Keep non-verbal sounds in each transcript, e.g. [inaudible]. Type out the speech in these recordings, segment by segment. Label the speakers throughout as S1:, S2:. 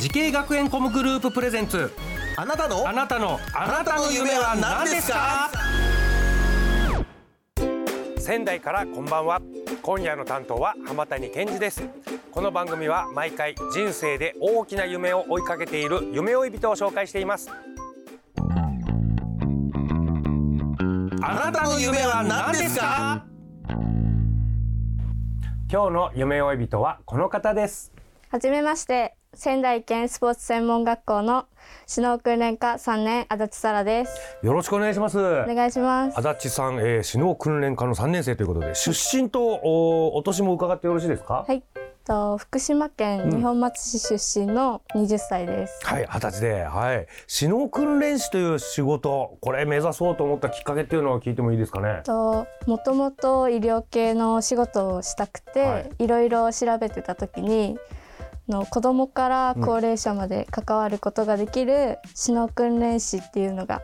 S1: 時系学園コムグループプレゼンツ
S2: あなたの
S1: あなたのあなたの夢は何ですか仙台からこんばんは今夜の担当は浜谷健二ですこの番組は毎回人生で大きな夢を追いかけている夢追い人を紹介していますあなたの夢は何ですか今日の夢追い人はこの方です
S3: はじめまして、仙台県スポーツ専門学校の首脳訓練科3年足立沙羅です。
S1: よろしくお願いします
S3: お願いします。
S1: 足立さん、えー、首脳訓練科の3年生ということで出身とおお年も伺ってよろしいですか
S3: はい、と福島県二本松市出身の20歳です。
S1: はい二十歳で、はい、首脳訓練士という仕事これ目指そうと思ったきっかけっていうのを聞いてもいいですかね
S3: ともともと医療系のお仕事をしたくて、、
S1: はい
S3: ろいろ調べてた時にあの子供から高齢者まで関わることができる首脳訓練士っていうのが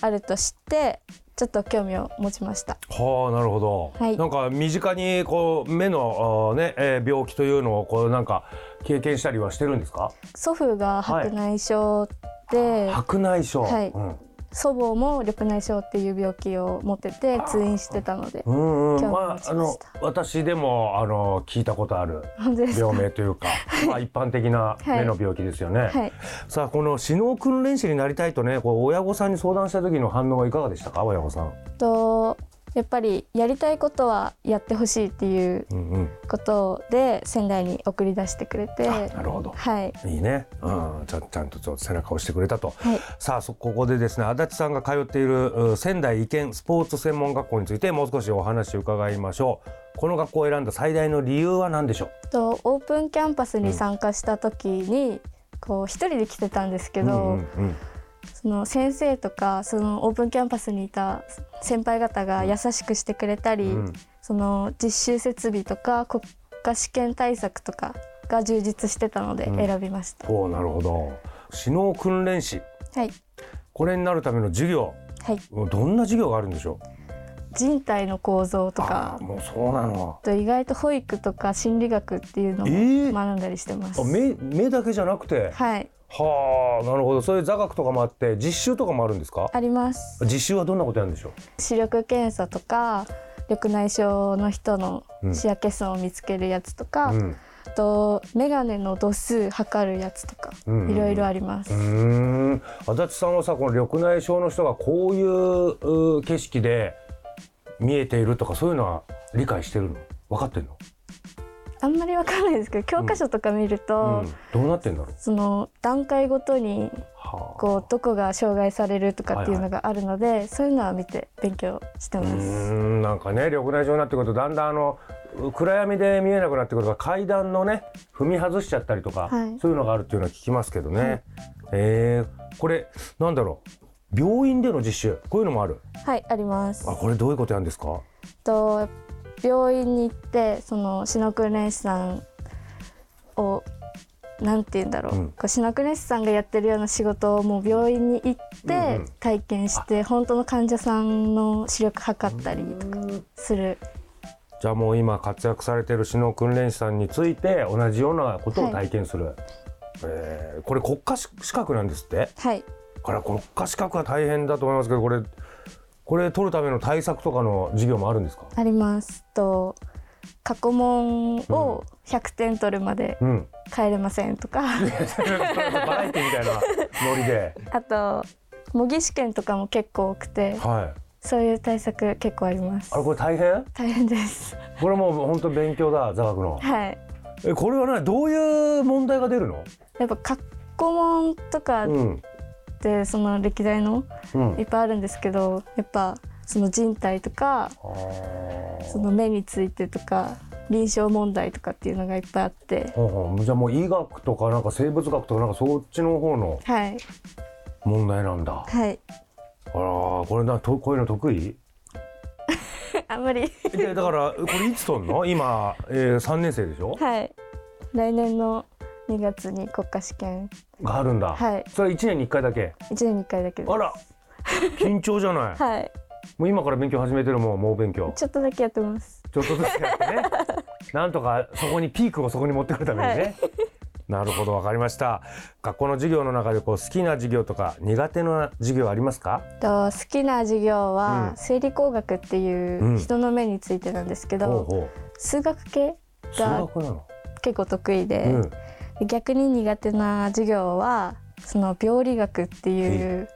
S3: あると知ってちょっと興味を持ちました。
S1: はあなるほど、
S3: はい
S1: なんか身近にこう目のあーね、えー病気というのをこうなんか経験したりはしてるんですか
S3: 祖父が白内障で、
S1: 白内障、
S3: はい
S1: うん
S3: 祖母も緑内障っていう病気を持ってて通院してたので
S1: うんうん
S3: 興味
S1: ま
S3: 持
S1: あ
S3: ち
S1: あ
S3: ま
S1: の
S3: した
S1: 私でもあの聞いたことある
S3: 本当ですか
S1: 病名というか、まあ一般的な目の病気ですよね、
S3: はい
S1: さあこの首脳訓練士になりたいとねこう親御さんに相談した時の反応はいかがでしたか親御さん。
S3: とやっぱりやりたいことはやってほしいっていう
S1: うんうん、
S3: ことで仙台に送り出してくれて
S1: あなるほど
S3: はい
S1: いいね、うん、ちゃんちゃんとちょっと背中を押してくれたと、
S3: はい
S1: さあそここでですね足立さんが通っているう仙台医研スポーツ専門学校についてもう少しお話を伺いましょうこの学校を選んだ最大の理由は何でしょう
S3: とオープンキャンパスに参加した時にこう一人で来てたんですけど、
S1: うんうんうん
S3: その先生とかそのオープンキャンパスにいた先輩方が優しくしてくれたり、
S1: うん
S3: その実習設備とか国家試験対策とかが充実してたので
S1: うん
S3: 選びました、
S1: おうなるほど首脳訓練士
S3: はい
S1: これになるための授業
S3: はい
S1: どんな授業があるんでしょう
S3: 人体の構造とか
S1: あーもうそうなの
S3: あと意外と保育とか心理学っていうの
S1: えー
S3: も学んだりしてます、
S1: あ目目だけじゃなくて
S3: はい
S1: はあなるほどそういう座学とかもあって実習とかもあるんですか
S3: あります
S1: 実習はどんなことやるんでしょう
S3: 視力検査とか緑内障の人の
S1: うん
S3: 視野欠損を見つけるやつとか、
S1: うん
S3: あと眼鏡の度数測るやつとか、
S1: うんうん
S3: いろいろあります、
S1: うーん足立さんはさこの緑内障の人がこういううー景色で見えているとかそういうのは理解してるの分かってるの、
S3: あんまりわかんないですけど教科書とか見ると、
S1: うん、どうなってんだろう
S3: その段階ごとに
S1: はあ
S3: こうどこが障害されるとかっていうのがあるので、そういうのは見て勉強して
S1: う
S3: ます、
S1: ーんなんかね緑内障になってくるとだんだんあのう暗闇で見えなくなってくるから階段のね踏み外しちゃったりとか、
S3: はい
S1: そういうのがあるっていうのは聞きますけどね、えーこれなんだろう病院での実習こういうのもある
S3: はいあります
S1: あこれどういうことやるんですか
S3: と病院に行ってそのシノク練師さんをなんて言うんだろう、
S1: うん
S3: こうシノク練師さんがやってるような仕事をもう病院に行って
S1: うんうん
S3: 体験して、本当の患者さんの視力測ったりとかする
S1: じゃあもう今活躍されてる首脳訓練士さんについて同じようなことを
S3: はい
S1: 体験する、えーこれ国家資資格なんですって
S3: はい
S1: これは国家資格は大変だと思いますけどこれこれ取るための対策とかの授業もあるんですか
S3: ありますと過去問を100点取るまで
S1: うん
S3: 帰れませんとか、
S1: バラエティみたいなノリで。
S3: あと模擬試験とかも結構多くて
S1: はい。
S3: そういう対策結構あります
S1: あれこれ大変？
S3: 大変です
S1: これもう本当勉強だ座学の。
S3: はい
S1: えこれはねどういう問題が出るの？
S3: やっぱ過去問とかっ
S1: うん
S3: てその歴代の
S1: うん
S3: いっ。ぱいあるんですけどやっぱその人体とか
S1: あー
S3: その目についてとか臨床問題とかっていうのがいっぱいあって
S1: ほうほうじゃあもう医学とかなんか生物学とかなんかそっちの方の
S3: はい
S1: 問題なんだ。 [laughs]
S3: はい
S1: あらーこれなとこういうの得意？
S3: あんまり
S1: いやだからこれいつとんの？今三、えー、三年生でしょ？
S3: はい来年の2月に国家試験
S1: があるんだ。
S3: はい
S1: それ一年に一回だけ。
S3: 1年に1回だけです
S1: あら緊張じゃない。
S3: はい
S1: もう今から勉強始めてるもんもう勉強。
S3: ちょっとだけやってます
S1: ちょっとずつやって
S3: [laughs]
S1: ね。なんとかそこにピークをそこに持ってくるためにね。なるほどわかりました。学校の授業の中でこう好きな授業とか苦手な授業ありますか？
S3: と好きな授業
S1: うん
S3: は生理工学って
S1: う
S3: い
S1: ん
S3: う人の目についてなんですけど、
S1: ほ
S3: 数学系
S1: う。数
S3: が
S1: 学なの。
S3: 結構得意で、
S1: うん。
S3: 逆に苦手な授業はその病理学っていう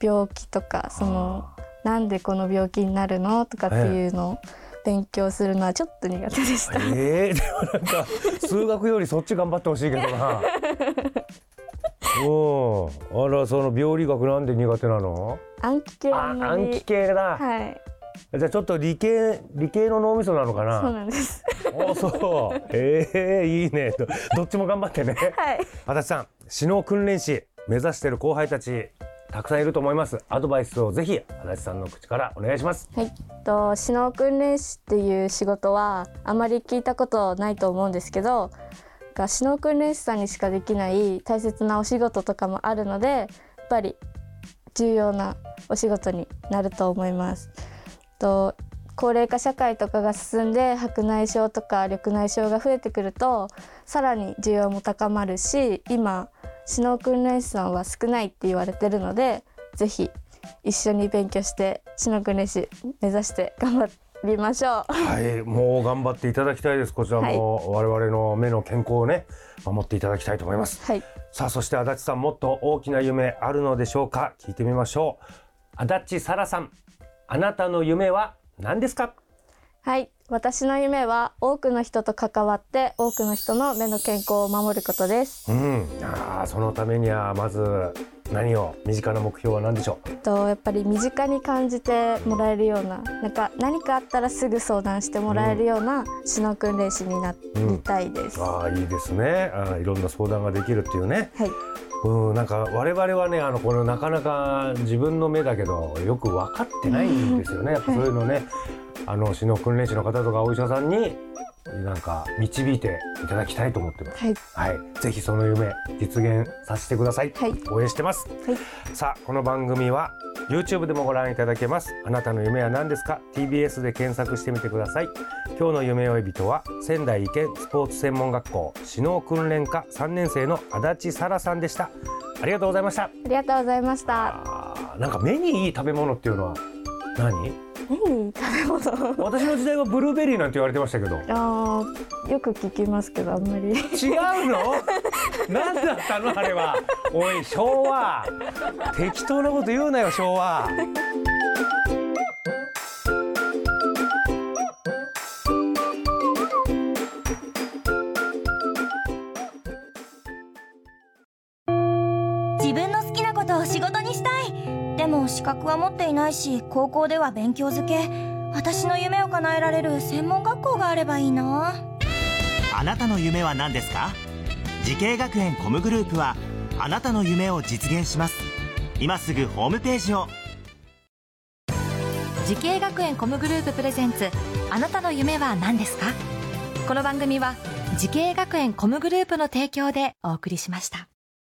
S3: 病気とかそのなんでこの病気になるのとかっていうのを勉強するのはちょっと苦手でした。
S1: ええでもなんか数学よりそっち頑張ってほしいけど
S3: [laughs]
S1: な。おお、あらその病理学なんで苦手なの？
S3: 暗記系はあ
S1: あ
S3: ん、まり
S1: 暗記系だ。
S3: はい、
S1: じゃあちょっと理系理系の脳みそなのか
S3: そう
S1: な。
S3: なんです。
S1: おそう。ええいいね。どどっちも頑張ってね。
S3: はい、
S1: 足立さん、死能訓練士目指してる後輩たちたくさんいると思います。アドバイスをぜひ足立さんの口からお願いします。
S3: はい、と首脳訓練士っていう仕事はあまり聞いたことないと思うんですけどが首脳訓練士さんにしかできない大切なお仕事とかもあるのでやっぱり重要なお仕事になると思います。と高齢化社会とかが進んで白内障とか緑内障が増えてくるとさらに需要も高まるし今首脳訓練士さんは少ないって言われてるのでぜひ一緒に勉強してしのくねし目指して頑張りましょう
S1: はい、もう頑張っていただきたいです。こちらも我々の目の健康をね、守っていただきたいと思います。
S3: はい
S1: さあ、そして足立さん、もっと大きな夢あるのでしょうか聞いてみましょう。足立沙羅さん、あなたの夢は何ですか
S3: はい私の夢は多くの人と関わって多くの人の目の健康を守ることです
S1: うん、あーそのためにはまず何を身近な目標は何でしょう
S3: とやっぱり身近に感じてもらえるようななんか何かあったらすぐ相談してもらえるような首脳訓練士になりたいです、は
S1: ああ、いいですねあー。いろんな相談ができるっていうね。
S3: い
S1: うん、なんか我々はねあのこのなかなか自分の目だけどよく分かってないんですよねやっぱそういうのね、あの市の訓練士の方とかお医者さんになんか導いていただきたいと思ってます。
S3: は
S1: は
S3: い
S1: い、ぜひその夢実現させてください。
S3: はい
S1: 応援してます。さあこの番組は YouTube でもご覧いただけます。あなたの夢は何ですか ?TBS で検索してみてください。今日の夢追い人は仙台医研スポーツ専門学校指能訓練科3年生の足立沙羅さんでした。ありがとうございました。
S3: ありがとうございました
S1: あーなんか目にいい食べ物っていうのは何？
S3: 何食べ物 [laughs]
S1: 私の時代はブルーベリーなんて言われてましたけど。
S3: あーよく聞きますけどあんまり
S1: 違うの何だったのあれはおい昭和適当なこと言うなよ昭和
S4: 自分の好きなことを仕事にしたいでも資格は持っていないし高校では勉強づけ私の夢を叶えられる専門学校があればいいな
S2: あなたの夢は何ですか時系学園コムグループはあなたの夢を実現します今すぐホームページを
S5: 時系学園コムグループプレゼンツあなたの夢は何ですかこの番組は時系学園コムグループの提供でお送りしました